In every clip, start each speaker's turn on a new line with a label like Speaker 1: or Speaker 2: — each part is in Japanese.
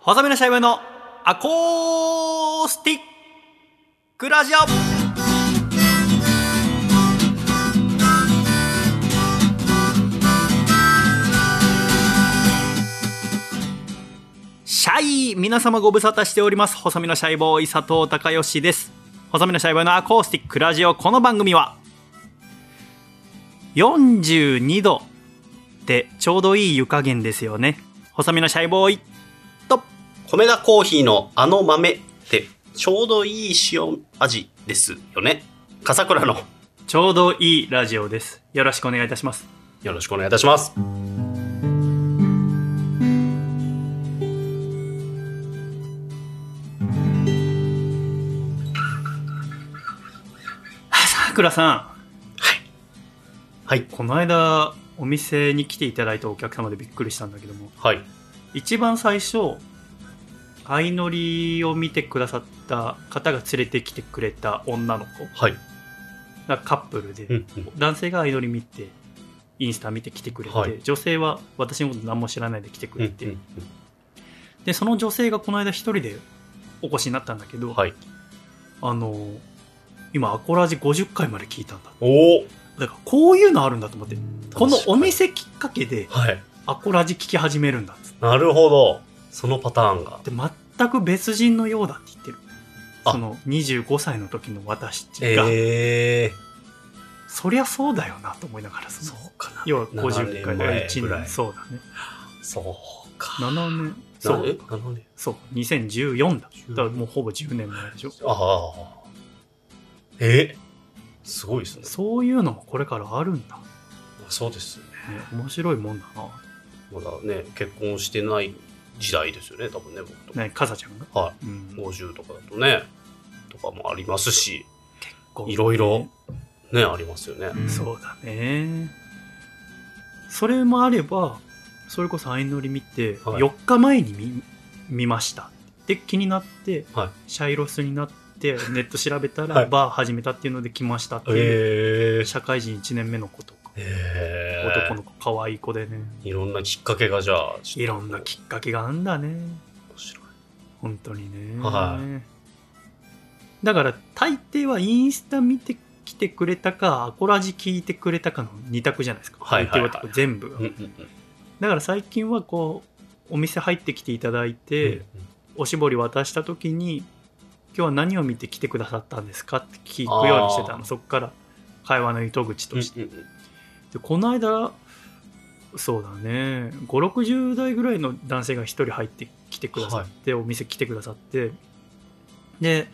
Speaker 1: 細身のシャイボーイのアコースティックラジオシャイ皆様ご無沙汰しております細身のシャイボーイ佐藤孝義です細身のシャイボーイのアコースティックラジオこの番組は42度ってちょうどいい湯加減ですよね細身のシャイボーイと
Speaker 2: 米田コーヒーのあの豆ってちょうどいい塩味ですよね。笠倉の
Speaker 1: ちょうどいいラジオです。よろしくお願いいたします。
Speaker 2: よろしくお願いいたします。
Speaker 1: さくらさ
Speaker 2: はい
Speaker 1: ん、。この間、お店に来ていただいたお客様でびっくりしたんだけども、
Speaker 2: はい。
Speaker 1: 一番最初、相乗りを見てくださった方が連れてきてくれた女の子
Speaker 2: はい。
Speaker 1: がカップルで、
Speaker 2: うんうん。
Speaker 1: 男性が相乗り見て、インスタ見て来てくれて、
Speaker 2: はい
Speaker 1: 女性は私のこと何も知らないで来てく
Speaker 2: うんう
Speaker 1: れ
Speaker 2: ん
Speaker 1: て、で、その女性がこの間一人でお越しになったんだけ
Speaker 2: う
Speaker 1: ど、
Speaker 2: んはい。
Speaker 1: あの、今、アコラジ50回まで聞いたんだ。
Speaker 2: おお。
Speaker 1: だからこういうのあるんだと思ってこのお
Speaker 2: 確
Speaker 1: 店きっかけで
Speaker 2: かに。はい。
Speaker 1: アコラジ聞き始めるんだっつっ
Speaker 2: なるほど。そのパターンが。
Speaker 1: て全く別人のようだって言ってる
Speaker 2: あ
Speaker 1: その25歳の時の私たちが、
Speaker 2: ええ
Speaker 1: そりゃそうだよなと思いながらそ
Speaker 2: そ
Speaker 1: の
Speaker 2: うかな。
Speaker 1: 要は50回
Speaker 2: 7年前
Speaker 1: 1
Speaker 2: ぐら
Speaker 1: 年
Speaker 2: い
Speaker 1: そうだね
Speaker 2: そうか。
Speaker 1: 7年そ
Speaker 2: なえ
Speaker 1: う
Speaker 2: 7年。
Speaker 1: そう2014だ
Speaker 2: 10
Speaker 1: だからもうほぼ10年前でしょ
Speaker 2: ああ。えすごいですね。
Speaker 1: そういうのもこれからあるんだ、ね、
Speaker 2: そうですね。
Speaker 1: 面白いもんだな
Speaker 2: まだね、結婚してない時代ですよね、多分ね、僕と。
Speaker 1: ねかさちゃんが、
Speaker 2: はい。
Speaker 1: うん、
Speaker 2: 50とかだとね、とかもありますし、
Speaker 1: こう
Speaker 2: いろいろね、ありますよね。
Speaker 1: そうだね。それもあれば、それこそ相乗り見て、
Speaker 2: はい
Speaker 1: 4日前に見見ました。で、気になって、
Speaker 2: は
Speaker 1: シャイロスになって、ネット調べたら、
Speaker 2: はい
Speaker 1: バー始めたっていうので来ましたっていう、
Speaker 2: えー、
Speaker 1: 社会人1年目の子とか、
Speaker 2: えー、
Speaker 1: 男の子、可愛い子でね、
Speaker 2: いろんなきっかけがじゃあ、
Speaker 1: いろんなきっかけがあんだね。
Speaker 2: 面白い。
Speaker 1: 本当にね。
Speaker 2: は
Speaker 1: だから、大抵はインスタ見てきてくれたか、アコラジ聞いてくれたかの2択じゃないですか。
Speaker 2: はいはいは
Speaker 1: 大
Speaker 2: い
Speaker 1: 抵とこ全部が
Speaker 2: うんうんうん
Speaker 1: だから最近はこうお店入ってきていただいて、おしぼり渡した時に「今日は何を見て来てくださったんですか?」って聞くようにしてた
Speaker 2: あ
Speaker 1: の
Speaker 2: ー
Speaker 1: そこから会話の糸口
Speaker 2: うん
Speaker 1: として、
Speaker 2: うんうん
Speaker 1: でこの間そうだね560代ぐらいの男性が1人入ってきてくださって、お店来てくださってで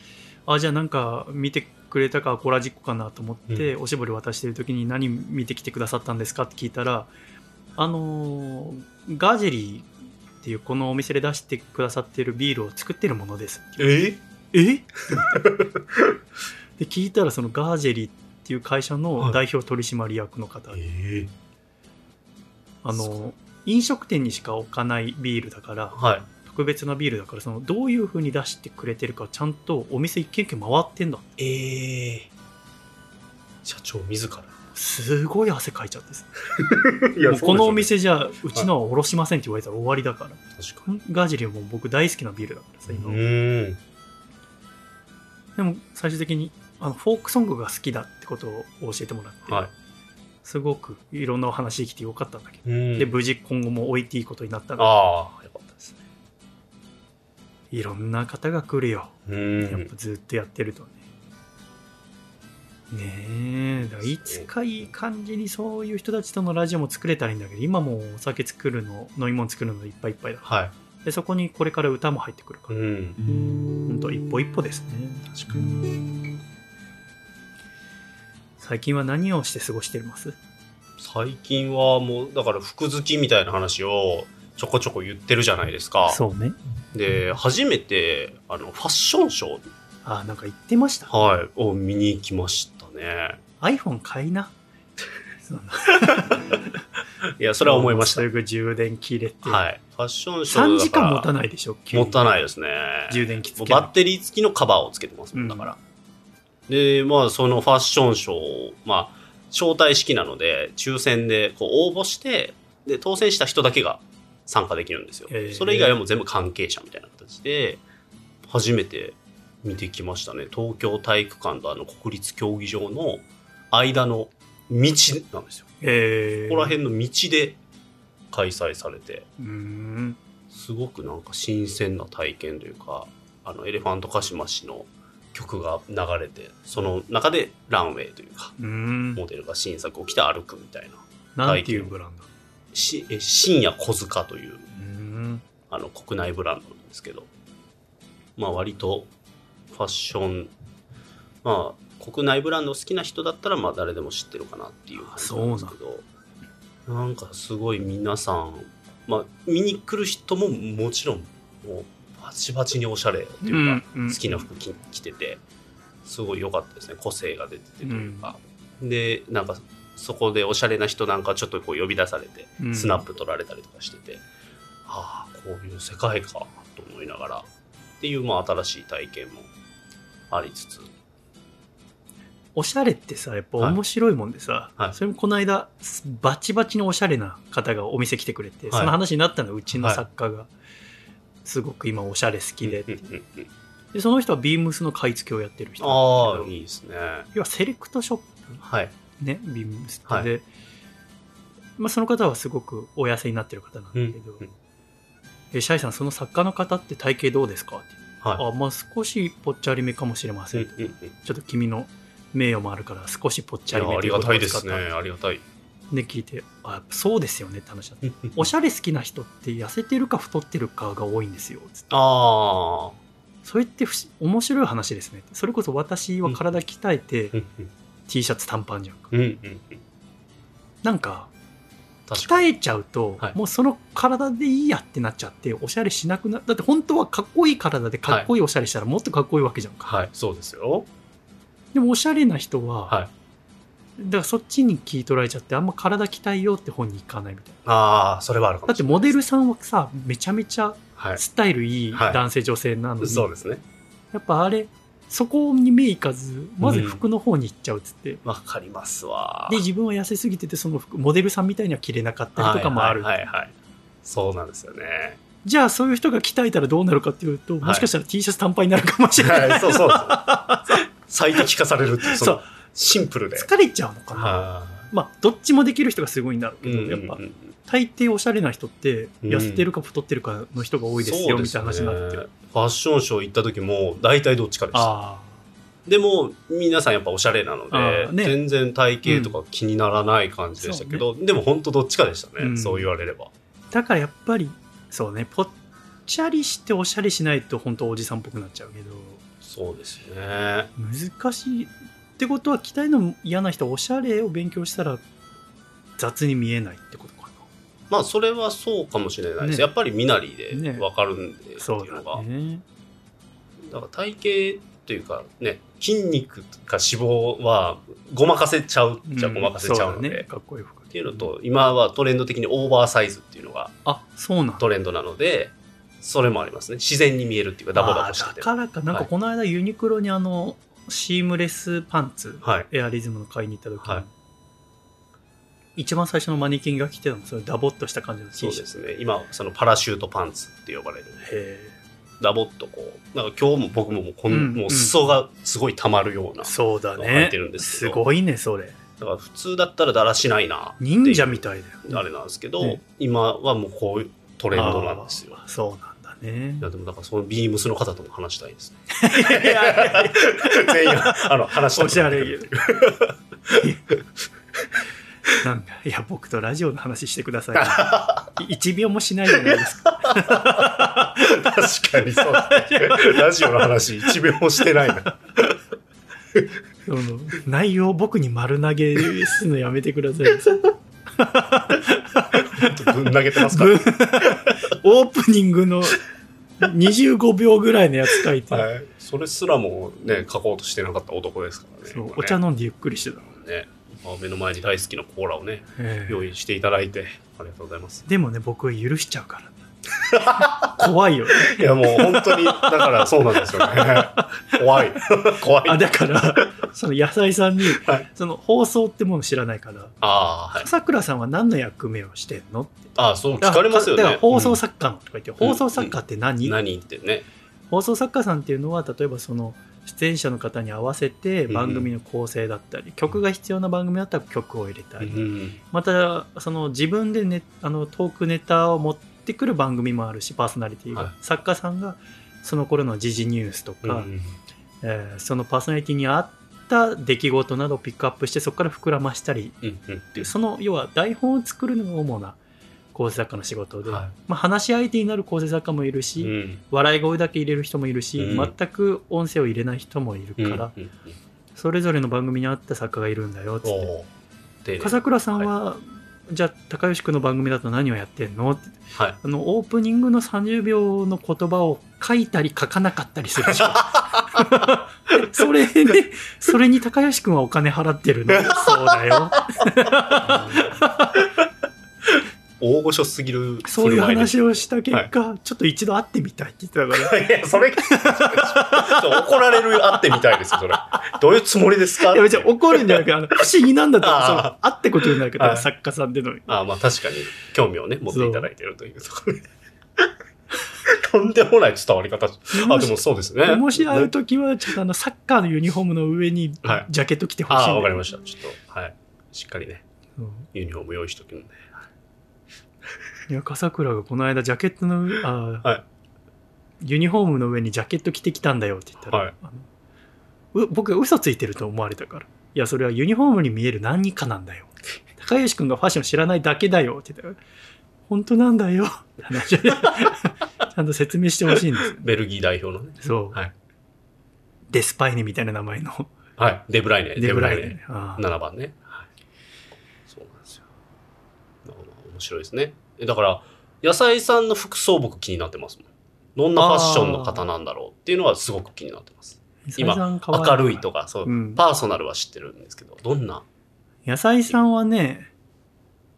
Speaker 1: あじゃあなんか見てくれたかコラジックかなと思って、おしぼり渡してる時に何見てきてくださったんですかって聞いたらあのーガジェリーっていうこのお店で出してくださってるビールを作ってるものです
Speaker 2: え
Speaker 1: えで聞いたらそのガージェリーっていう会社の代表取締役の方で、
Speaker 2: えー、
Speaker 1: あ
Speaker 2: そ
Speaker 1: の飲食店にしか置かないビールだから
Speaker 2: はい。
Speaker 1: 特別なビールだからそのどういう風に出してくれてるかちゃんとお店一軒一軒回ってんだ
Speaker 2: えー、社長自 ら。
Speaker 1: すごい汗かいちゃってさもうこのお店じゃうちのはおろしませんって言われたら終わりだから、
Speaker 2: 確かに。
Speaker 1: ガージェリーも僕大好きなビールだからさ
Speaker 2: う
Speaker 1: 今、
Speaker 2: ーん。
Speaker 1: でも最終的にあのフォークソングが好きだってことを教えてもらって、
Speaker 2: は
Speaker 1: すごくいろんなお話できてよかったんだけど、
Speaker 2: い。うん
Speaker 1: で無事今後も置いていいことになったの
Speaker 2: ああ、よかったですね。
Speaker 1: いろんな方が来るよ
Speaker 2: う
Speaker 1: やっ
Speaker 2: ーん
Speaker 1: ぱ。ずっとやってるとね。ねえ、だからいつかいい感じにそういう人たちとのラジオも作れたらいいんだけど、今もうお酒作るの、飲み物作るのでいっぱいいっぱいだか
Speaker 2: は
Speaker 1: ら。で、そこにこれから歌も入ってくるか
Speaker 2: い。う
Speaker 1: ら、
Speaker 2: ん。
Speaker 1: ほんと一歩一歩ですね。
Speaker 2: 確かに。
Speaker 1: 最近は何をして過ごしてます
Speaker 2: 最近はもうだから服好きみたいな話をちょこちょこ言ってるじゃないですか
Speaker 1: そうね。
Speaker 2: で初めてあのファッションショー、
Speaker 1: ああ、なんか言ってました。
Speaker 2: はい、を見に行きましたね
Speaker 1: iPhone 買いな。そんない
Speaker 2: やそれは思いました
Speaker 1: もうすぐ充電切れて。
Speaker 2: はいファッションショー
Speaker 1: 3時間持た
Speaker 2: い
Speaker 1: ないでしょ、
Speaker 2: 持たない
Speaker 1: い。
Speaker 2: ですね
Speaker 1: 充電器つ
Speaker 2: もう
Speaker 1: けな
Speaker 2: バッテリー付きのカバーをつけてますもんだから、でまあそのファッションショーをまあ招待式なので抽選でこう応募してで当選した人だけが参加できるんですよ。
Speaker 1: えー
Speaker 2: それ以外はもう全部関係者みたいな形で、初めて見てきましたね。東京体育館とあの国立競技場の間の道なんですよ。
Speaker 1: えー、
Speaker 2: ここら辺の道で開催されて、
Speaker 1: うーん
Speaker 2: すごくなんか新鮮な体験というか、あの、エレファントカシマシの曲が流れて、その中でランウェイというか、
Speaker 1: うーん
Speaker 2: モデルが新作を着て歩くみたいな。
Speaker 1: なんていうブランド
Speaker 2: しえ深夜小塚という
Speaker 1: うーん
Speaker 2: あの国内ブランドなんですけど、まあ割とファッション、まあ国内ブランド好きな人だったらまあ誰でも知ってるかなっていう感じなんですけど、なんかすごい皆さん、まあ見に来る人ももちろんもうバチバチにおしゃれっていうか、
Speaker 1: うん
Speaker 2: 好きな服着着ててすごい良かったですね個性が出ててというか、でなんかそこでおしゃれな人なんかちょっとこう呼び出されて、
Speaker 1: うん
Speaker 2: スナップ取られたりとかしててああこういう世界かと思いながらっていうまあ新しい体験もありつつ
Speaker 1: おしゃれってさやっぱ
Speaker 2: はい
Speaker 1: 面白いもんでさ、
Speaker 2: はい
Speaker 1: それもこの間バチバチのおしゃれな方がお店来てくれて、
Speaker 2: はい
Speaker 1: その話になったのうちの
Speaker 2: はい
Speaker 1: 作家が、すごく今おしゃれ好きで,、
Speaker 2: うんうんうん
Speaker 1: でその人はビームスの買い付けをやってる人なん
Speaker 2: あ
Speaker 1: だ
Speaker 2: あ
Speaker 1: けど
Speaker 2: いいですね
Speaker 1: 要はセレクトショップ
Speaker 2: はい
Speaker 1: ねビームスって
Speaker 2: はい
Speaker 1: で、まあ、その方はすごくお痩せになってる方なんだけど、
Speaker 2: うんうん
Speaker 1: えシャイさんその作家の方って体型どうですかって
Speaker 2: はい
Speaker 1: あまあ少しぽっちゃりめかもしれません、
Speaker 2: うんうんうんい
Speaker 1: ちょっと君の名誉もあるから少しぽっちゃりめ
Speaker 2: や
Speaker 1: と
Speaker 2: あり
Speaker 1: う
Speaker 2: が
Speaker 1: 言葉
Speaker 2: た
Speaker 1: を
Speaker 2: いで
Speaker 1: 使っ
Speaker 2: す
Speaker 1: た
Speaker 2: ねありがたい
Speaker 1: で聞いてあやっぱそうですよねって話だった
Speaker 2: うんうん
Speaker 1: おしゃれ好きな人って痩せてるか太ってるかが多いんですよつって
Speaker 2: あ
Speaker 1: それって不思面白い話ですねってそれこそ私は体鍛えて
Speaker 2: あうんうん
Speaker 1: T シャツ短パンじゃんか
Speaker 2: うんうんうん
Speaker 1: なんか
Speaker 2: 確かに
Speaker 1: 鍛えちゃうと、
Speaker 2: はい
Speaker 1: もうその体でいいやってなっちゃっておしゃれしなくなだって本当はかっこいい体でかっこいいおしゃれしたらもっとかっこいいわけじゃんか、
Speaker 2: はいそうですよ
Speaker 1: でもおしゃれな人は、
Speaker 2: はい
Speaker 1: だからそっちに聞い取られちゃってあんま体鍛えようって方に行かないみたい
Speaker 2: ああそれはあるか
Speaker 1: な
Speaker 2: も
Speaker 1: だ
Speaker 2: し
Speaker 1: っ
Speaker 2: れ
Speaker 1: てモデルさんはさめちゃめちゃ
Speaker 2: ないはい
Speaker 1: スタイルいい
Speaker 2: はい
Speaker 1: 男性女性なのに、
Speaker 2: そうですね。
Speaker 1: やっぱあれそこに目いかずまず服の方に行っちゃうっつって、
Speaker 2: わかりますわ。
Speaker 1: で自分は痩せすぎててその服モデルさんみたいには着れなかったりとかもある、
Speaker 2: はいはいはいはい。そうなんですよね。
Speaker 1: じゃあそういう人が鍛えたらどうなるかっていうともしかしたら T シャツ短パンになるかもしれない、
Speaker 2: はい、そうそうそう。最適化されるっていう、そ
Speaker 1: そ
Speaker 2: の
Speaker 1: う
Speaker 2: シンプルで。
Speaker 1: 疲れちゃうのかな、
Speaker 2: は
Speaker 1: まあどっちもできる人がすごいんだろう
Speaker 2: い。
Speaker 1: けど、やっぱ
Speaker 2: うんうんうん
Speaker 1: 大抵おしゃれな人って
Speaker 2: うん
Speaker 1: 痩せてるか太ってるかの人が多いですよ、みたいな話に
Speaker 2: そ
Speaker 1: な
Speaker 2: う
Speaker 1: っ
Speaker 2: です
Speaker 1: て
Speaker 2: よねファッションショー行った時も、大体どっちかでした。
Speaker 1: あ
Speaker 2: でも、皆さんやっぱおしゃれなの
Speaker 1: あ
Speaker 2: で
Speaker 1: ー、ね
Speaker 2: 全然体型とか気にならない感じでしたけど、でも本当どっちかでしたね、
Speaker 1: うん
Speaker 2: そう言われれば。
Speaker 1: あだからやっぱりそうねぽっちゃりしておしゃれしないと本当おじさんっぽくなっちゃうけど
Speaker 2: そうですね。
Speaker 1: 難しいってことは鍛えるの嫌な人はおしゃれを勉強したら雑に見えないってことか
Speaker 2: まあ、それはそうかもしれないです。
Speaker 1: ね
Speaker 2: やっぱり身なりでわかるんで、
Speaker 1: な
Speaker 2: って
Speaker 1: そ
Speaker 2: いう
Speaker 1: う
Speaker 2: の
Speaker 1: だ
Speaker 2: が。
Speaker 1: ね
Speaker 2: だから体型というかね筋肉か脂肪はごまかせちゃうじゃごまかせちゃうので、
Speaker 1: んそだね
Speaker 2: っ
Speaker 1: かっこいい服って
Speaker 2: いうのと今はトレンド的にオーバーサイズっていうのが
Speaker 1: あそうなんだ
Speaker 2: トレンドなのでそれもありますね自然に見えるっていうかダボダボして
Speaker 1: あーだ
Speaker 2: て
Speaker 1: からかなんか
Speaker 2: はい
Speaker 1: この間ユニクロにあの、シームレスパンツ
Speaker 2: はい
Speaker 1: エアリズムの買いに行った時に、
Speaker 2: はい
Speaker 1: 一番最初のマネキンが着てたのそれダボっとした感じの T シ
Speaker 2: そう
Speaker 1: ャ
Speaker 2: で
Speaker 1: ツ
Speaker 2: すね今そのパラシュートパンツって呼ばれる
Speaker 1: へ
Speaker 2: ダボっとこうなんか今日も僕ももうこん、
Speaker 1: うん
Speaker 2: もう裾がすごい溜まるよう
Speaker 1: え
Speaker 2: な
Speaker 1: そうだ
Speaker 2: 入
Speaker 1: ね
Speaker 2: ってるんですけ
Speaker 1: す
Speaker 2: ど
Speaker 1: ごいねそれ
Speaker 2: だから普通だったらだらしないなっていう
Speaker 1: 忍者みたいだ
Speaker 2: あ
Speaker 1: よ、
Speaker 2: れ
Speaker 1: ね、
Speaker 2: なんですけど、
Speaker 1: ね
Speaker 2: 今はもうこういうトレンドなんですよ
Speaker 1: あーそうなんだね
Speaker 2: いやでもだからそのビームスの方とも話したいですね。
Speaker 1: いやいや
Speaker 2: 全員あの話した
Speaker 1: おしゃれ
Speaker 2: い
Speaker 1: 言うなんかいや僕とラジオの話してくださいい1秒もしないじゃない ですか
Speaker 2: 確かにそうですね。ラジオの話一秒もしてないな。
Speaker 1: その内容を僕に丸投げするのやめてください
Speaker 2: ぶん投げてますから。
Speaker 1: ぶ オープニングの25秒ぐらいのやつ書いて、
Speaker 2: はい、それすらもね書こうとしてなかった男ですからね。
Speaker 1: そう
Speaker 2: 今ね
Speaker 1: お茶飲んでゆっくりしてた、
Speaker 2: ね、まあ目の前に大好きなコーラをね
Speaker 1: ええ
Speaker 2: 用意していただいてありがとうございます。
Speaker 1: でもね僕は許しちゃうからね怖いよね。
Speaker 2: いやもう本当に、だからそうなんですよね。 怖い。怖い。
Speaker 1: あだから、その野菜さんに、
Speaker 2: はい
Speaker 1: その放送ってもの知らないから、
Speaker 2: あーはい。
Speaker 1: さくらさんは何の役目をしてんの
Speaker 2: ああ、そう、聞かれますよね。
Speaker 1: だから放送
Speaker 2: さ、
Speaker 1: 作家のとか言って、放送作家って何、
Speaker 2: 何ってね。
Speaker 1: 放送作家さんっていうのは、例えばその、出演者の方に合わせて番組の構成だったり、曲が必要な番組だったら曲を入れた
Speaker 2: う
Speaker 1: り、
Speaker 2: ん。
Speaker 1: またその自分で、ね、あのトークネタを持ってくる番組もあるしパーソナリティが、
Speaker 2: はい
Speaker 1: 作家さんがその頃の時事ニュースと
Speaker 2: う
Speaker 1: か、
Speaker 2: ん
Speaker 1: えーそのパーソナリティに合った出来事などをピックアップしてそこから膨らましたり
Speaker 2: うんうん
Speaker 1: っていうその要は台本を作るのが主な構成作家の仕事で、
Speaker 2: は
Speaker 1: まあ、話し相手になる構成作家もいる
Speaker 2: い
Speaker 1: し、笑い声だけ入れる人もいるし、
Speaker 2: うん
Speaker 1: 全く音声を入れない人もいる
Speaker 2: うん
Speaker 1: から、
Speaker 2: うんうん
Speaker 1: それぞれの番組に合った作家がいるんだよっつって。
Speaker 2: おーで
Speaker 1: 笠倉さんは、じゃあ高吉君の番組だと何をやってんのって
Speaker 2: はい。
Speaker 1: あのオープニングの30秒の言葉を書いたり書かなかったりするでし ょそれで、それに高吉君はお金払ってるのそうだよ
Speaker 2: 大御所すぎる
Speaker 1: そういう話
Speaker 2: を。
Speaker 1: をした結果、ちょっと一度会ってみたいって言ってたから
Speaker 2: いや、それ、ちょっと怒られるあってみたいですよ、それ。どういうつもりですか
Speaker 1: いや別に怒るんじゃなくて あの不思議なんだと思う
Speaker 2: あー
Speaker 1: その会ってことになるけど、
Speaker 2: はい
Speaker 1: 作家さんでの
Speaker 2: ああまあ確かに興味をね持っていただいてるというところで とんでもない伝わり方あでもそうですね
Speaker 1: もし会う
Speaker 2: ね
Speaker 1: 時はちょっとあのサッカーのユニフォームの上に
Speaker 2: はい
Speaker 1: ジャケット着てほしいん
Speaker 2: あ
Speaker 1: だ
Speaker 2: あ
Speaker 1: よ、
Speaker 2: わかりましたちょっとはいしっかりね
Speaker 1: うん
Speaker 2: ユニフォーム用意しとくんで
Speaker 1: いや、笠倉がこの間、ジャケットの、あー
Speaker 2: はい
Speaker 1: ユニフォームの上にジャケット着てきたんだよって言ったら、
Speaker 2: はい
Speaker 1: あのう僕が嘘ついてると思われたから。いや、それはユニフォームに見える何かなんだよ。高吉君がファッション知らないだけだよって言ったから、本当なんだよって話でちゃんと説明してほしいんですよ。
Speaker 2: ベルギー代表のね
Speaker 1: そう。
Speaker 2: はい
Speaker 1: デスパイネみたいな名前の
Speaker 2: はいデブライネ
Speaker 1: デブライ
Speaker 2: デ
Speaker 1: ネ。あー
Speaker 2: 7番ね、はい、そうなんですよまあまあ面白いですねえだから野菜さんの服装僕気になってますもんどんなファッションの方なんだろうっていうのはすごく気になってます今
Speaker 1: 野菜さん可愛
Speaker 2: 明るいとかそう、
Speaker 1: うん
Speaker 2: パーソナルは知ってるんですけどどんな
Speaker 1: 野菜さんはね、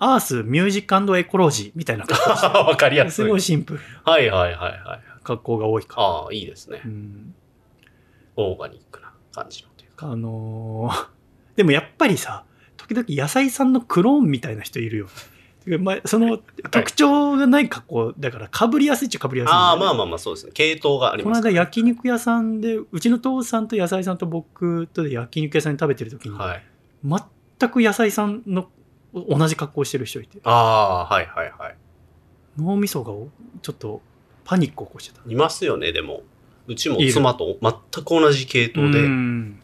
Speaker 1: アース、ミュージックエコロジーみたいな格好してる
Speaker 2: わかりやす
Speaker 1: す
Speaker 2: い
Speaker 1: ごいシンプル
Speaker 2: はいはいはいはい。
Speaker 1: な格好が多いから。
Speaker 2: ああ、いいですね
Speaker 1: う。ん、
Speaker 2: オーガニックな感じのというか。
Speaker 1: あのー でもやっぱりさ、時々野菜さんのクローンみたいな人いるよ。てかまあ、その特徴がない格好だから、かぶりやすいっちゃかぶりやすいんだよ
Speaker 2: あ
Speaker 1: ね、
Speaker 2: あ、まあまあまあ、そうですね。系統があり
Speaker 1: この
Speaker 2: ますか
Speaker 1: 間
Speaker 2: ら
Speaker 1: 焼肉屋さんで、うちの父さんと野菜さんと僕とで焼肉屋さんに食べてる時に、
Speaker 2: はい。
Speaker 1: 全く野菜さんの同じ格好してる人いて、
Speaker 2: ああ、はいはいはい。
Speaker 1: 脳みそがちょっとパニックを起こしてた。
Speaker 2: いますよね、でも。うちも
Speaker 1: いる
Speaker 2: 妻と全く同じ系統
Speaker 1: う
Speaker 2: で、
Speaker 1: ん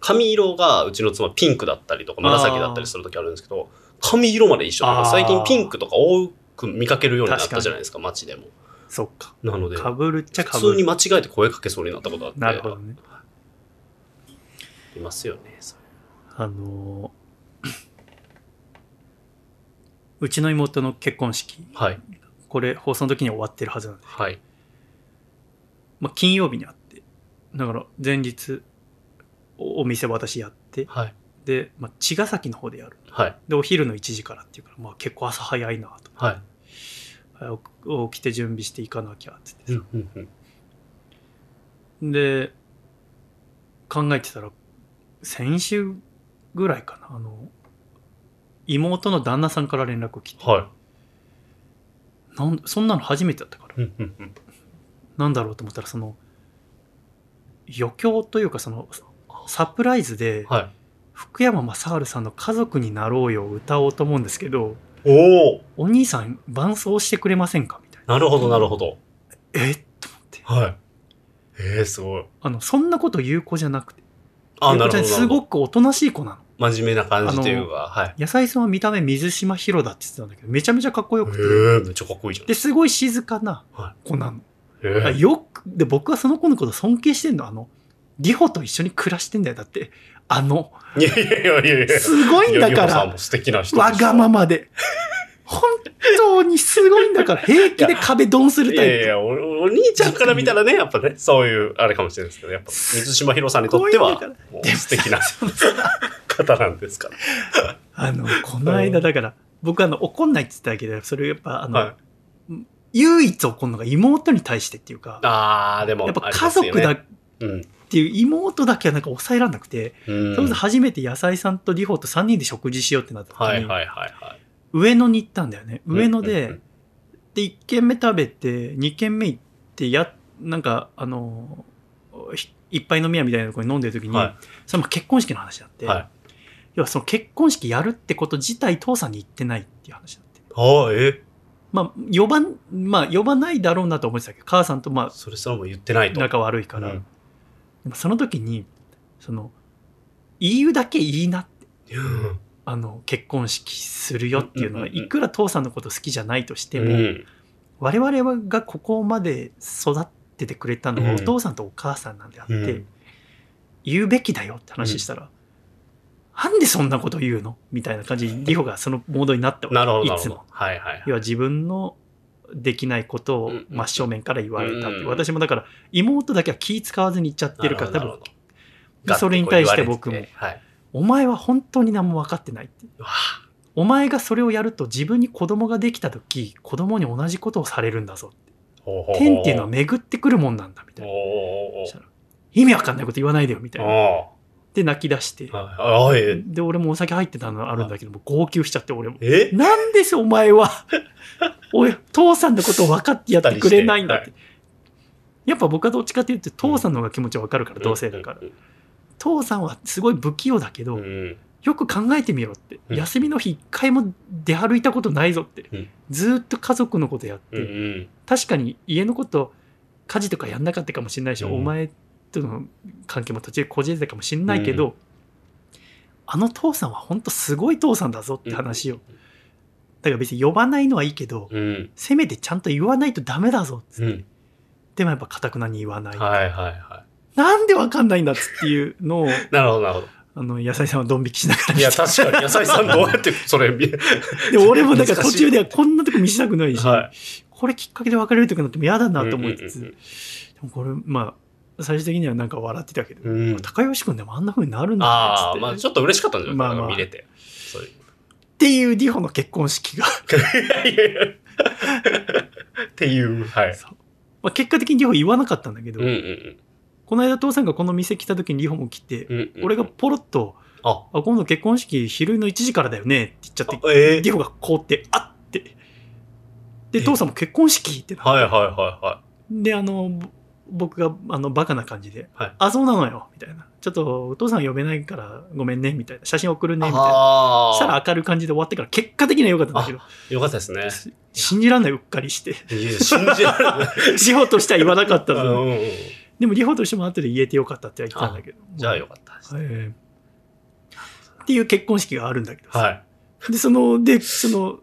Speaker 2: 髪色がうちの妻ピンクだったりとか
Speaker 1: あー
Speaker 2: 紫だったりする時あるんですけど、髪色まで一緒だから
Speaker 1: あー
Speaker 2: 最近ピンクとか多く見かけるようになったじゃないですか、街でも。
Speaker 1: そっか。
Speaker 2: なので、
Speaker 1: か
Speaker 2: 普
Speaker 1: ぶるっちゃかぶ
Speaker 2: 通に
Speaker 1: る。
Speaker 2: 間違えて声かけそうになったことあって、
Speaker 1: なるほどね。
Speaker 2: いますよね。そう
Speaker 1: あのーうちの妹の結婚式、
Speaker 2: はい。
Speaker 1: これ放送の時には終わってるはずなんで、
Speaker 2: はい。
Speaker 1: まあ、金曜日にあって、だから前日、おお店私やって、
Speaker 2: はい。
Speaker 1: で、まあ、茅ヶ崎の方でやる。
Speaker 2: はい。
Speaker 1: で、お昼の1時からっていうから、まあ結構朝早いなと。
Speaker 2: はい。
Speaker 1: 早く起きて準備していかなきゃってって
Speaker 2: う
Speaker 1: さ
Speaker 2: んうんうん。
Speaker 1: で、考えてたら、先週ぐらいかな、あの、妹の旦那さんから連絡来て、
Speaker 2: は
Speaker 1: なんそんなの初めてだったから
Speaker 2: い。うんうんうん。
Speaker 1: なんだろうと思ったらその余興というかそのサプライズで
Speaker 2: はい。
Speaker 1: 福山雅治さんの「家族になろうよ」を歌おうと思うんですけど
Speaker 2: おお
Speaker 1: 「お兄さん伴奏してくれませんか?」みたいな
Speaker 2: なるほど、なるほど。
Speaker 1: 「えっ?」と思って
Speaker 2: はい。えー、すごい。
Speaker 1: あのそんなこと言う子じゃなくて
Speaker 2: あ、
Speaker 1: ゆう
Speaker 2: な
Speaker 1: 子
Speaker 2: る
Speaker 1: ち
Speaker 2: ほ
Speaker 1: ゃん
Speaker 2: ど。
Speaker 1: す
Speaker 2: なる
Speaker 1: ご
Speaker 2: ほど
Speaker 1: くおとなしい子なの
Speaker 2: 真面目な感じというか、はい。
Speaker 1: 野菜さんは見た目水島ひろだって言ってたんだけどめちゃめちゃかっこよ
Speaker 2: え
Speaker 1: くて、
Speaker 2: ー、めっちゃかっこいいじゃん。
Speaker 1: ですごい静かな
Speaker 2: は
Speaker 1: 子なの、
Speaker 2: え
Speaker 1: あ
Speaker 2: ー、
Speaker 1: よくで僕はその子のこと尊敬してんのあのリホと一緒に暮らしてんだよだってあの
Speaker 2: いやいやいやいやいや。
Speaker 1: すごいんだ
Speaker 2: いやゆう
Speaker 1: か
Speaker 2: こさん
Speaker 1: ら、
Speaker 2: も素敵な人で
Speaker 1: わ
Speaker 2: した
Speaker 1: がままで。本当にすごいんだから、平気で壁ドンする
Speaker 2: い
Speaker 1: タ
Speaker 2: や
Speaker 1: イプ。
Speaker 2: いやいや、おお兄ちゃんから見たらね、やっぱね、そういう、あれかもしれないですけど、やっぱ、水島ひろさんにとっては
Speaker 1: かっこいいんだ、
Speaker 2: もう
Speaker 1: でも
Speaker 2: 素敵な
Speaker 1: そのさ
Speaker 2: 方なんですから。
Speaker 1: あの、この間だから、僕あの、怒んないって言ってたけど、それやっぱあの、
Speaker 2: は
Speaker 1: 唯一起こるのが妹に対してっていうか、
Speaker 2: ああ、でも、
Speaker 1: やっぱ家族だ
Speaker 2: あ
Speaker 1: っ
Speaker 2: りますよね。
Speaker 1: ていう妹だけはなんか抑えらんなくて、
Speaker 2: うん。うん
Speaker 1: それこそ初めて野菜さんとリホと3人で食事しようってなった時に、
Speaker 2: はいはいはいはい。
Speaker 1: 上野に行ったんだよね。上野で、
Speaker 2: うんうん
Speaker 1: で、1軒目食べて、2軒目行って、や、なんか、あの、ひいっぱい飲み屋みたいなところに飲んでる時
Speaker 2: うん
Speaker 1: に、
Speaker 2: は
Speaker 1: それも結婚式の話だって、
Speaker 2: い。はい。
Speaker 1: 要はその結婚式やるってこと自体父さんに言ってないっていう話だって。
Speaker 2: ああ、え
Speaker 1: まあ、呼ばん、まあ、呼ばないだろうなと思ってたけど、母さんとま
Speaker 2: それすらも言ってな
Speaker 1: あ、
Speaker 2: いと。
Speaker 1: 仲悪いから、
Speaker 2: うん
Speaker 1: でもその時に、その、言うだけ言いなって、
Speaker 2: うん
Speaker 1: あの、結婚式するよっていうのは、
Speaker 2: うんうんうんうん
Speaker 1: いくら父さんのこと好きじゃないとしても、
Speaker 2: うん
Speaker 1: 我々がここまで育っててくれたの
Speaker 2: う
Speaker 1: は
Speaker 2: ん
Speaker 1: お父さんとお母さんなんであって、
Speaker 2: うん
Speaker 1: 言うべきだよって話したら、なんでそんなこと言うのみたいな感じにリホがそのモードになったわ
Speaker 2: なるほど、ないる
Speaker 1: つも
Speaker 2: ほど。はいはいはい
Speaker 1: 要は自分のできないことを
Speaker 2: うんうん
Speaker 1: 真正面から言われたって、
Speaker 2: うん
Speaker 1: 私もだから妹だけは気使わずに言っちゃってるから
Speaker 2: な
Speaker 1: 多
Speaker 2: るほど
Speaker 1: 分
Speaker 2: なるほど
Speaker 1: それに対して僕
Speaker 2: ガッ
Speaker 1: も
Speaker 2: てこう言われててはい。
Speaker 1: 「お前は本当に何も分かってない」って
Speaker 2: うわ
Speaker 1: 「お前がそれをやると自分に子供ができた時子供に同じことをされるんだぞ」
Speaker 2: ほうほう
Speaker 1: 「
Speaker 2: ほう
Speaker 1: 天っていうのは巡ってくるもんなんだ」みたいな
Speaker 2: お。おお
Speaker 1: したら意味わかんないこと言わないでよみたいな。
Speaker 2: お
Speaker 1: で泣き出して
Speaker 2: あ。ああ、え
Speaker 1: で俺もお酒入ってたのあるんだけども号泣しちゃって俺も。
Speaker 2: え
Speaker 1: なんですお前は おい父さんのことを分かってやってくれないんだって。やっぱ僕はどっちかというと父さんの方が気持ちわかるから同性だから、父さんはすごい不器用だけ
Speaker 2: う
Speaker 1: ど、
Speaker 2: んうん
Speaker 1: よく考えてみろって、
Speaker 2: うん
Speaker 1: 休みの日一回も出歩いたことないぞって、
Speaker 2: うん
Speaker 1: ずーっと家族のことやって、
Speaker 2: うんうん
Speaker 1: 確かに家のこと家事とかやんなかったかもしれないし、
Speaker 2: うん
Speaker 1: お前との関係も途中でこじれてたかもしれないけど、あの父さんは本当すごい父さんだぞって話を、だから別に呼ばないのはいいけど、
Speaker 2: うん
Speaker 1: せめてちゃんと言わないとダメだぞっつって、
Speaker 2: うん
Speaker 1: でもやっぱかたくなに言わない、
Speaker 2: はいはいは
Speaker 1: なんでわかんないんだっつっていうのを
Speaker 2: い。なるほどなるほ
Speaker 1: あの野菜さんはドン引きしながら
Speaker 2: ど。いや、確かに、野菜さんどうやってそれ 見、
Speaker 1: で俺もなんか
Speaker 2: 難し
Speaker 1: 途
Speaker 2: い
Speaker 1: 中ではこんなとこ見せたくないし、
Speaker 2: は
Speaker 1: これきっかけで別れるとかなっても嫌だなと思いつつ、
Speaker 2: うんうんうん
Speaker 1: でもこれまあ最終的にはなんか笑ってたけど、
Speaker 2: い。うん。
Speaker 1: 高吉君でもあんな風になるんだっ
Speaker 2: あ
Speaker 1: つ
Speaker 2: あ、
Speaker 1: って、
Speaker 2: まあ
Speaker 1: っ
Speaker 2: ちょっと嬉しかったんじゃない
Speaker 1: まあ
Speaker 2: か
Speaker 1: まあ
Speaker 2: な見れて。そういう
Speaker 1: ていうリホの結婚式が
Speaker 2: いやいやいやって いう、はい。
Speaker 1: まあ結果的にリホ言わなかったんだけど、
Speaker 2: うんうん
Speaker 1: この間父さんがこの店来た時にリホも来て、
Speaker 2: うんうんうん。
Speaker 1: 俺が、ポロッと
Speaker 2: あ
Speaker 1: 「あ今度結婚式昼の1時からだよね」って言っちゃって
Speaker 2: あええ
Speaker 1: リホが凍って「あっ!」ってで
Speaker 2: え
Speaker 1: 父さんも「結婚式!」ってな
Speaker 2: はいはいはいは
Speaker 1: であのぼ僕があのバカな感じで「
Speaker 2: はい
Speaker 1: あそうなのよ」みたいな「ちょっとお父さん呼べないからごめんね」みたいな「写真送る
Speaker 2: い。
Speaker 1: ね」みたいな
Speaker 2: ああ。
Speaker 1: したら明るい感じで終わってから結果的には良かったんだけど
Speaker 2: よかったですね。
Speaker 1: 信じらんないうっかりして
Speaker 2: いや信じられない。
Speaker 1: リホ としては言わなかった
Speaker 2: あの
Speaker 1: ぞ
Speaker 2: うんうん
Speaker 1: でもリホとしても後で言えてよかったっては言ったんだけど
Speaker 2: じゃあよかったです。
Speaker 1: ええっていう結婚式があるんだけどさ、
Speaker 2: はい。
Speaker 1: でそのでその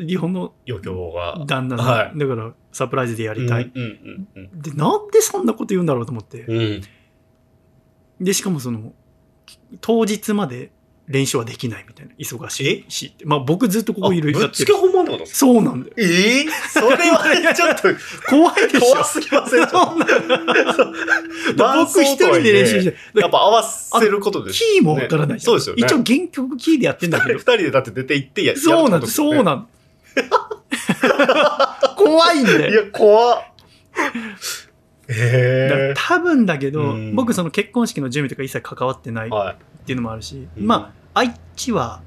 Speaker 1: リホの
Speaker 2: 余興が。
Speaker 1: 旦那の、
Speaker 2: はい
Speaker 1: だからサプライズでやりたい、
Speaker 2: うんうんうん
Speaker 1: でなんでそんなこと言うんだろうと思って
Speaker 2: うん。うん。
Speaker 1: でしかもその当日まで練習はできないみたいな忙しいしってまあ僕ずっとここいる
Speaker 2: あぶっつけ本番ってことですか
Speaker 1: そうなんだよ
Speaker 2: ええそれはちょっと
Speaker 1: 怖いでしょ
Speaker 2: 怖すぎま せん
Speaker 1: そんな
Speaker 2: 伴奏と
Speaker 1: 僕一人で練習して
Speaker 2: やっぱ合わせることです
Speaker 1: キーもわからないじゃん、
Speaker 2: ねそうです
Speaker 1: 一
Speaker 2: よ
Speaker 1: 応
Speaker 2: ね。
Speaker 1: 原曲キーでやってんだけ
Speaker 2: 二
Speaker 1: ど
Speaker 2: 人でだって出て行ってや
Speaker 1: そうなんだ、そうなんだ怖いんだ
Speaker 2: だ。い
Speaker 1: よ
Speaker 2: や、怖っ。
Speaker 1: だから
Speaker 2: ええ
Speaker 1: 多分だけど、
Speaker 2: うん
Speaker 1: 僕その結婚式の準備とか一切関わってないっ
Speaker 2: は
Speaker 1: ていうのもあるし、
Speaker 2: い。
Speaker 1: まあ愛知は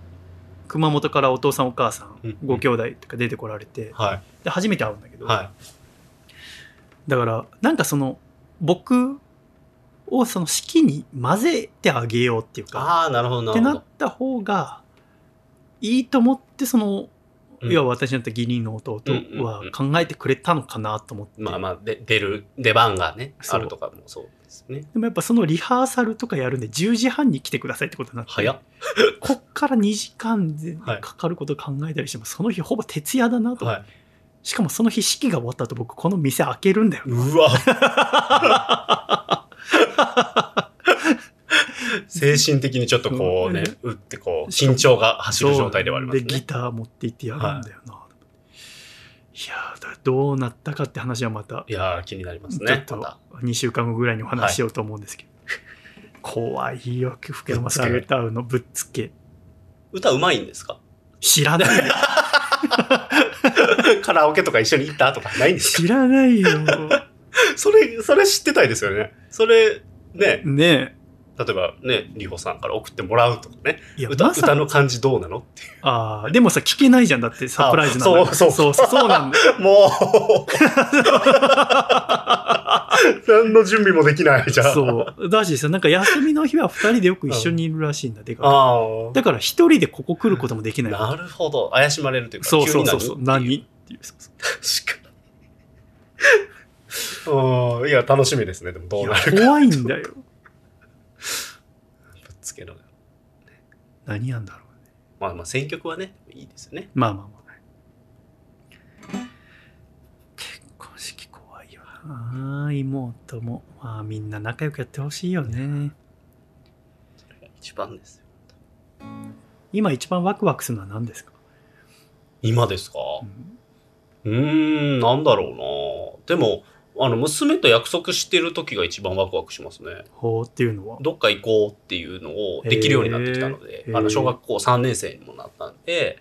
Speaker 1: 熊本からお父さんお母さん、
Speaker 2: うん
Speaker 1: ご兄弟とか出てこられて
Speaker 2: あ。は
Speaker 1: で初めて会うんだけ
Speaker 2: い。
Speaker 1: ど、
Speaker 2: は
Speaker 1: だからなんかその僕をその式に混ぜてあげようっていう
Speaker 2: い。
Speaker 1: か
Speaker 2: ああ、なるほど、
Speaker 1: っ
Speaker 2: な
Speaker 1: て
Speaker 2: る
Speaker 1: な
Speaker 2: ほ
Speaker 1: っ
Speaker 2: ど。
Speaker 1: た方がいいと思ってその、
Speaker 2: うん
Speaker 1: 要は私にとって義理の弟は考えてくれたのかなと思って、
Speaker 2: まあまあ、で出る、出番がね、
Speaker 1: そう
Speaker 2: あるとかもそうですね。
Speaker 1: でもやっぱそのリハーサルとかやるんで10時半に来てくださいってことになって
Speaker 2: 早っ。
Speaker 1: こっから2時間で
Speaker 2: はい
Speaker 1: かかることを考えたりしても、その日ほぼ徹夜だなと、
Speaker 2: はい。
Speaker 1: しかもその日式が終わった後僕この店開けるんだよ
Speaker 2: うわ精神的にちょっとこうね、打ってこう、緊張が走る状態ではあります
Speaker 1: そうでギ
Speaker 2: ね。
Speaker 1: ター持って行ってやるんだよな、い、やーだからどうなったかって話はまた
Speaker 2: いやー、気になります
Speaker 1: ちょっ
Speaker 2: ね。
Speaker 1: と
Speaker 2: また。
Speaker 1: 2週間後ぐらいにお話しようと思うんですけど、怖いよ福山さん
Speaker 2: ぶっつけ
Speaker 1: 歌うのぶっつけ
Speaker 2: 歌うまいんですか
Speaker 1: 知らない。
Speaker 2: カラオケとか一緒に行ったとかないんですか
Speaker 1: 知らないよ。
Speaker 2: それ、それ知ってたいですよね。それ、ね、
Speaker 1: ね
Speaker 2: 例えばね、リホさんから送ってもらうとかね、
Speaker 1: え。いや、
Speaker 2: 歌
Speaker 1: まさ
Speaker 2: 歌の感じどうなのってい
Speaker 1: ああ、でもさ、聞けないじゃん。だってサプライズなんだから
Speaker 2: あそう
Speaker 1: そうそうそうなんだよ。
Speaker 2: う。もう何の準備もできない じゃん。
Speaker 1: そう。だしさ、なんか休みの日は二人でよく一緒にいるらしいんだ、でか
Speaker 2: あ
Speaker 1: い。だから一人でここ来ることもでき
Speaker 2: あ。
Speaker 1: ない。
Speaker 2: なるほど。怪しまれるというか、
Speaker 1: そうそうそうそう。
Speaker 2: 急に何
Speaker 1: 何っていう。そうそう
Speaker 2: 確かに。うんいや、楽しみですね。でもどうなる
Speaker 1: いや怖いんだよ。
Speaker 2: ぶっつけのが。
Speaker 1: 何やんだろうね。
Speaker 2: まあまあ、選曲はね、いいですよね。
Speaker 1: まあまあまあ。結婚式怖いよな。妹も。まあみんな仲良くやってほしいよね。
Speaker 2: 一番ですよ。
Speaker 1: 今一番ワクワクするのは何ですか、
Speaker 2: 今ですか
Speaker 1: うん
Speaker 2: うーん、なんだろうな。でも、あの、娘と約束してる時が一番ワクワクしますね。
Speaker 1: ほうっていうのは。
Speaker 2: どっか行こうっていうのをできるようになってきたので、
Speaker 1: へー
Speaker 2: あの小学校3年生にもなったんで、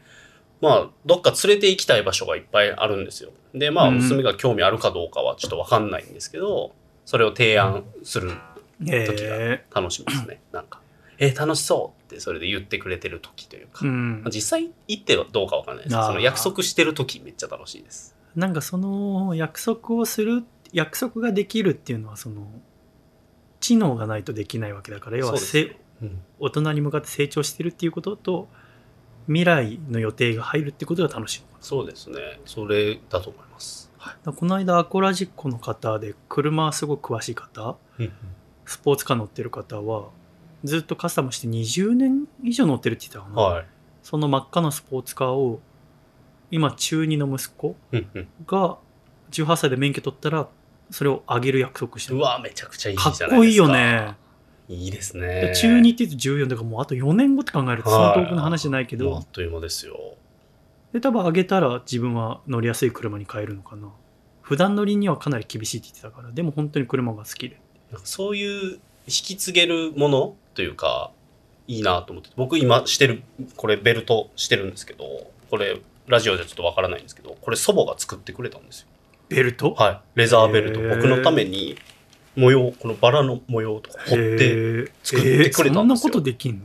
Speaker 2: まあ、どっか連れて行きたい場所がいっぱいあるんですよ。で、まあ、
Speaker 1: うん
Speaker 2: 娘が興味あるかどうかはちょっとわかんないんですけど、それを提案する時が
Speaker 1: え
Speaker 2: 楽しみで すね。なんか、えー楽しそうってそれで言ってくれてる時とい
Speaker 1: え
Speaker 2: うか、
Speaker 1: うん。
Speaker 2: 実際行ってはどうかわかんないですけど
Speaker 1: あー
Speaker 2: その約束してる時めっちゃ楽しいです。
Speaker 1: なんかその約束をする約束ができるっていうのはその知能がないとできないわけだから要
Speaker 2: そう
Speaker 1: は
Speaker 2: です
Speaker 1: せ、
Speaker 2: ねうん
Speaker 1: 大人に向かって成長してるっていうことと未来の予定が入るってことが楽しいのかな
Speaker 2: そうですね。それだと思います。はい。
Speaker 1: だからこの間アコラジッコの方で車すごく詳しい方
Speaker 2: うん
Speaker 1: スポーツカー乗ってる方はずっとカスタムして20年以上乗ってるって言ってたか
Speaker 2: うん
Speaker 1: な、
Speaker 2: はい
Speaker 1: その真っ赤なスポーツカーを今中2の息子
Speaker 2: うんうん
Speaker 1: が18歳で免許取ったらそれをあげる約束してる
Speaker 2: うわ、めちゃくちゃいいじゃ
Speaker 1: か
Speaker 2: ない
Speaker 1: っ
Speaker 2: ですか。
Speaker 1: こいいよ。ね。
Speaker 2: いいです
Speaker 1: で
Speaker 2: ね。
Speaker 1: 中2って言うと14だからもうあと4年後って考えるとその遠くの話じゃないけ
Speaker 2: もうあ
Speaker 1: ど
Speaker 2: っ、という間ですよ。
Speaker 1: で、多分上げたら自分は乗りやすい車に変えるのかな。普段乗りにはかなり厳しいって言ってたから、でも本当に車が好きで。
Speaker 2: なんかそういう引き継げるものというか、いいなと思ってて、僕今してる、これベルトしてるんですけど、これ、ラジオじゃちょっとわからないんですけど、これ祖母が作ってくれたんですよ。
Speaker 1: ベルト
Speaker 2: はい。レザーベルト。
Speaker 1: へー
Speaker 2: 僕のために模様、このバラの模様とか彫って、
Speaker 1: え
Speaker 2: 作ってくれたんですよ
Speaker 1: そんなことできんの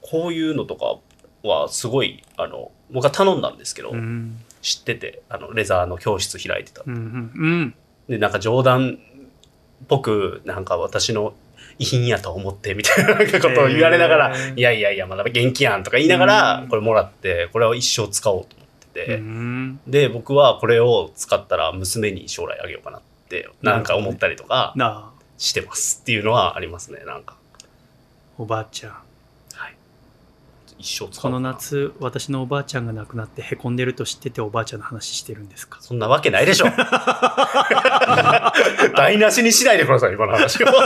Speaker 2: こういうのとかはすごい、あの、僕は頼んだんですけど、
Speaker 1: うん。
Speaker 2: 知ってて、あの、レザーの教室開いてた。
Speaker 1: うんうん。うん。
Speaker 2: で、なんか冗談っぽく、なんか私の遺品やと思って、みたいななんかことを言われながら、
Speaker 1: へー
Speaker 2: いやいやいや、まだ元気やんとか言いながら
Speaker 1: うん、
Speaker 2: これもらって、これを一生使おうと思って
Speaker 1: う
Speaker 2: て、
Speaker 1: ん
Speaker 2: で、僕はこれを使ったら娘に将来あげようかなって、なんか思ったりとか
Speaker 1: なあ、
Speaker 2: してますっていうのはありますね、なんか。
Speaker 1: おばあちゃん。
Speaker 2: はい。一生使
Speaker 1: こ
Speaker 2: おう
Speaker 1: の
Speaker 2: かな。
Speaker 1: 夏、私のおばあちゃんが亡くなってへこんでると知ってておばあちゃんの話してるんですか
Speaker 2: そんなわけないでしょ。 台無しにしないでください、今の話を。もう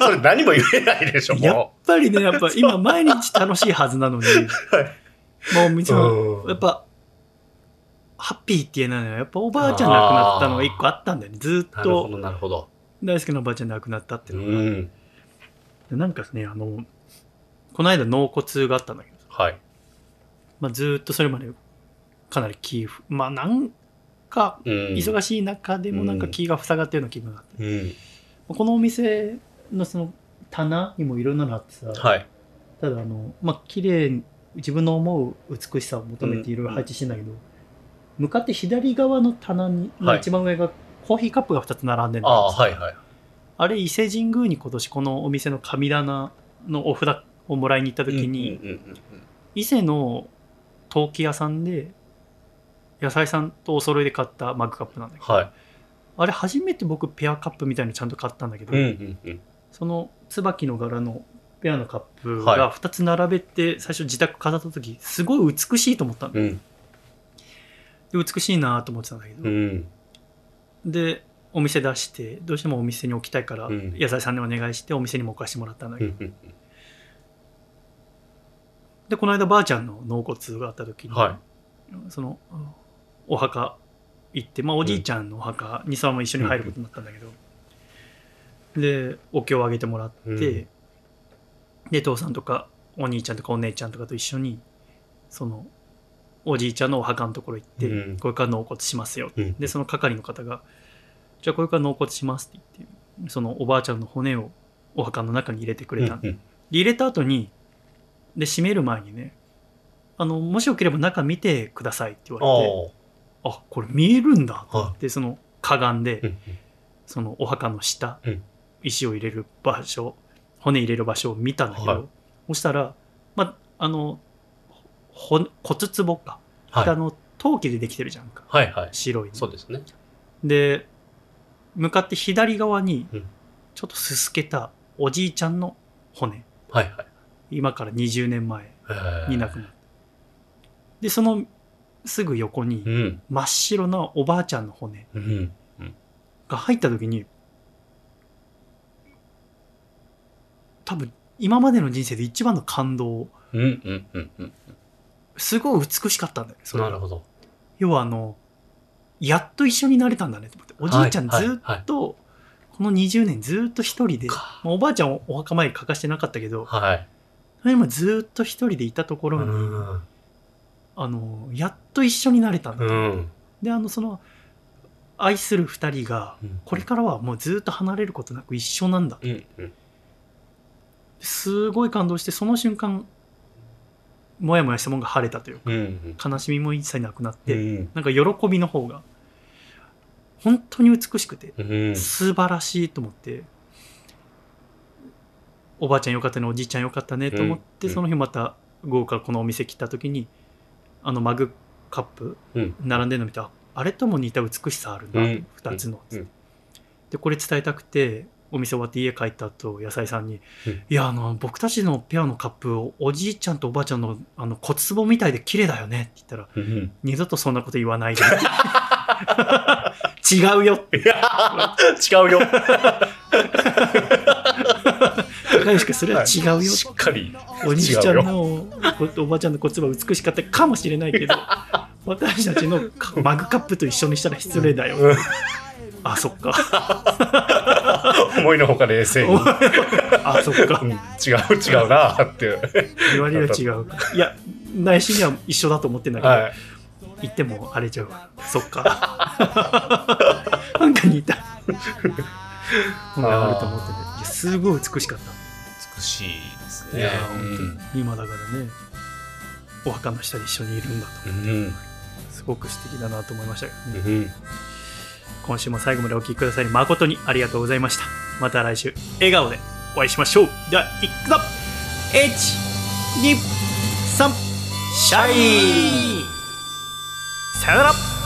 Speaker 2: それ何も言えないでしょ、
Speaker 1: やっ
Speaker 2: も
Speaker 1: ぱり ね、やっぱ今毎日楽しいはずなのに、もうみ
Speaker 2: う
Speaker 1: つも
Speaker 2: うん。
Speaker 1: やっぱ、ハッピーって言えないのは、やっぱおばあちゃん亡くなったのが一個あったんだよね。ずっ
Speaker 2: なるほ
Speaker 1: と
Speaker 2: ど、なるほど。
Speaker 1: 大好きなおばあちゃん亡くなったって
Speaker 2: う
Speaker 1: いうのが、
Speaker 2: ん。
Speaker 1: でなんかね、あの、この間納骨があったんだけど、
Speaker 2: はい。
Speaker 1: まあ、ずっとそれまでかなり気ふ、まあなんか、
Speaker 2: うん。
Speaker 1: 忙しい中でもなんか気が塞がってるような気分があって、
Speaker 2: うん。
Speaker 1: このお店のその棚にもいろんなのあってさ、
Speaker 2: はい。
Speaker 1: ただあのまあ綺麗に自分の思う美しさを求めていろいろ配置してんだけど、向かって左側の棚に、の
Speaker 2: はい
Speaker 1: 一番上がコーヒーカップが2つ並んでる
Speaker 2: ああ、はいはい。
Speaker 1: あれ伊勢神宮に今年このお店の神棚のお札をもらいに行った時に、
Speaker 2: うんうんうんうん
Speaker 1: 伊勢の陶器屋さんで野菜さんとお揃いで買ったマグカップなんだけど
Speaker 2: は
Speaker 1: あれ初めて僕ペアカップみたいのちゃんと買ったんだけど、
Speaker 2: い。うんうんうん。
Speaker 1: その椿の柄のペアのカップ
Speaker 2: は
Speaker 1: が2つ並べて最初自宅飾った時すごい美しいと思ったの、
Speaker 2: うん。
Speaker 1: で美しいなと思ってたんだけど、
Speaker 2: うん。
Speaker 1: でお店出してどうしてもお店に置きたいから、
Speaker 2: うん
Speaker 1: 野菜さんにお願いしてお店にも置かしてもらったんだけ
Speaker 2: う
Speaker 1: ど、
Speaker 2: ん
Speaker 1: でこの間ばあちゃんの納骨があった時に、
Speaker 2: は
Speaker 1: そのお墓行って、まあ、おじいちゃんのお墓にさんも一緒に入ることになったんだけど、でお経をあげてもらって、
Speaker 2: うん
Speaker 1: で父さんとかお兄ちゃんとかお姉ちゃんとかと一緒にそのおじいちゃんのお墓のところ行って、
Speaker 2: うん
Speaker 1: これから納骨しますよ。
Speaker 2: うん
Speaker 1: で、その係の方が、じゃあこれから納骨しますって言って、そのおばあちゃんの骨をお墓の中に入れてくれたんで
Speaker 2: うん
Speaker 1: で入れた後に、で、閉める前にね、あの、もしよければ中見てくださいって言
Speaker 2: あ
Speaker 1: われて、あこれ見えるんだ
Speaker 2: あは
Speaker 1: って、その、かがんで、
Speaker 2: いうん
Speaker 1: そのお墓の下、
Speaker 2: うん
Speaker 1: 石を入れる場所骨入れる場所を見たんだけど、
Speaker 2: はい
Speaker 1: そしたら、まあ、あのほ骨壺か、
Speaker 2: はい
Speaker 1: あの陶器でできてるじゃんか
Speaker 2: はいはい
Speaker 1: 白いの
Speaker 2: そうですね
Speaker 1: で向かって左側に
Speaker 2: うん
Speaker 1: ちょっとすすけたおじいちゃんの骨
Speaker 2: はいはい
Speaker 1: 今から20年前
Speaker 2: えー
Speaker 1: に亡くなった、でそのすぐ横
Speaker 2: う
Speaker 1: に
Speaker 2: ん
Speaker 1: 真っ白なおばあちゃんの骨
Speaker 2: うん
Speaker 1: が入った時に多分今までの人生で一番の感動
Speaker 2: うんうんうんうん
Speaker 1: すごい美しかったんだよそれ
Speaker 2: なるほど
Speaker 1: 要はあのやっと一緒になれたんだねと思っておじいちゃん
Speaker 2: はいはい
Speaker 1: ずっとこの20年ずっと一人で、
Speaker 2: か
Speaker 1: まあおばあちゃんをお墓参り欠かしてなかったけど
Speaker 2: はい
Speaker 1: それもずっと一人でいたとこ
Speaker 2: う
Speaker 1: ろに、
Speaker 2: ん
Speaker 1: あのやっと一緒になれたんだ、
Speaker 2: うん
Speaker 1: であのその愛する二人がこれからはもうずっと離れることなく一緒なんだ
Speaker 2: うんうん
Speaker 1: すごい感動してその瞬間もやもやしたもんが晴れたというか
Speaker 2: うんうん
Speaker 1: 悲しみも一切なくなっ
Speaker 2: う
Speaker 1: て、
Speaker 2: ん
Speaker 1: なんか喜びの方が本当に美しくて
Speaker 2: うん
Speaker 1: 素晴らしいと思って、おばあちゃんよかったねおじいちゃんよかったねと思って、
Speaker 2: うん
Speaker 1: その日また豪華このお店来た時にあのマグカップ
Speaker 2: うん
Speaker 1: 並んでるの見て、ああれとも似た美しさあるな、
Speaker 2: うん
Speaker 1: 2つの、
Speaker 2: うん
Speaker 1: でこれ伝えたくてお店終わって家帰った後野菜さんに、
Speaker 2: うん
Speaker 1: いやあの僕たちのペアのカップをおじいちゃんとおばあちゃんのあの骨壺みたいで綺麗だよねって言ったら
Speaker 2: うん
Speaker 1: 二度とそんなこと言わない で違うよって
Speaker 2: いや違うよ
Speaker 1: 仲良しくするは違うよって
Speaker 2: しっ かり
Speaker 1: おじいちゃんのおおばあちゃんの骨盤美しかったかもしれないけ ど私たちのマグカップと一緒にしたら失礼だよ、
Speaker 2: うん
Speaker 1: あそっ か
Speaker 2: 思いのほか冷静に、うん、違
Speaker 1: あそっか
Speaker 2: う違うなーって
Speaker 1: 言われる違う いや内心には一緒だと思ってんだけど、
Speaker 2: はい
Speaker 1: 言っても荒れちゃうわそっかなんか似たこんなんあると思ってていやすごい美しかった
Speaker 2: 美しいです
Speaker 1: い
Speaker 2: ね
Speaker 1: やー本当に今だからねお墓の下で一緒にいるんだと
Speaker 2: うん
Speaker 1: すごく素敵だなと思いましたけどね
Speaker 2: うん
Speaker 1: 今週も最後までお聴きくださり誠にありがとうございましたまた来週笑顔でお会いしましょうではいくぞ123シャイさよなら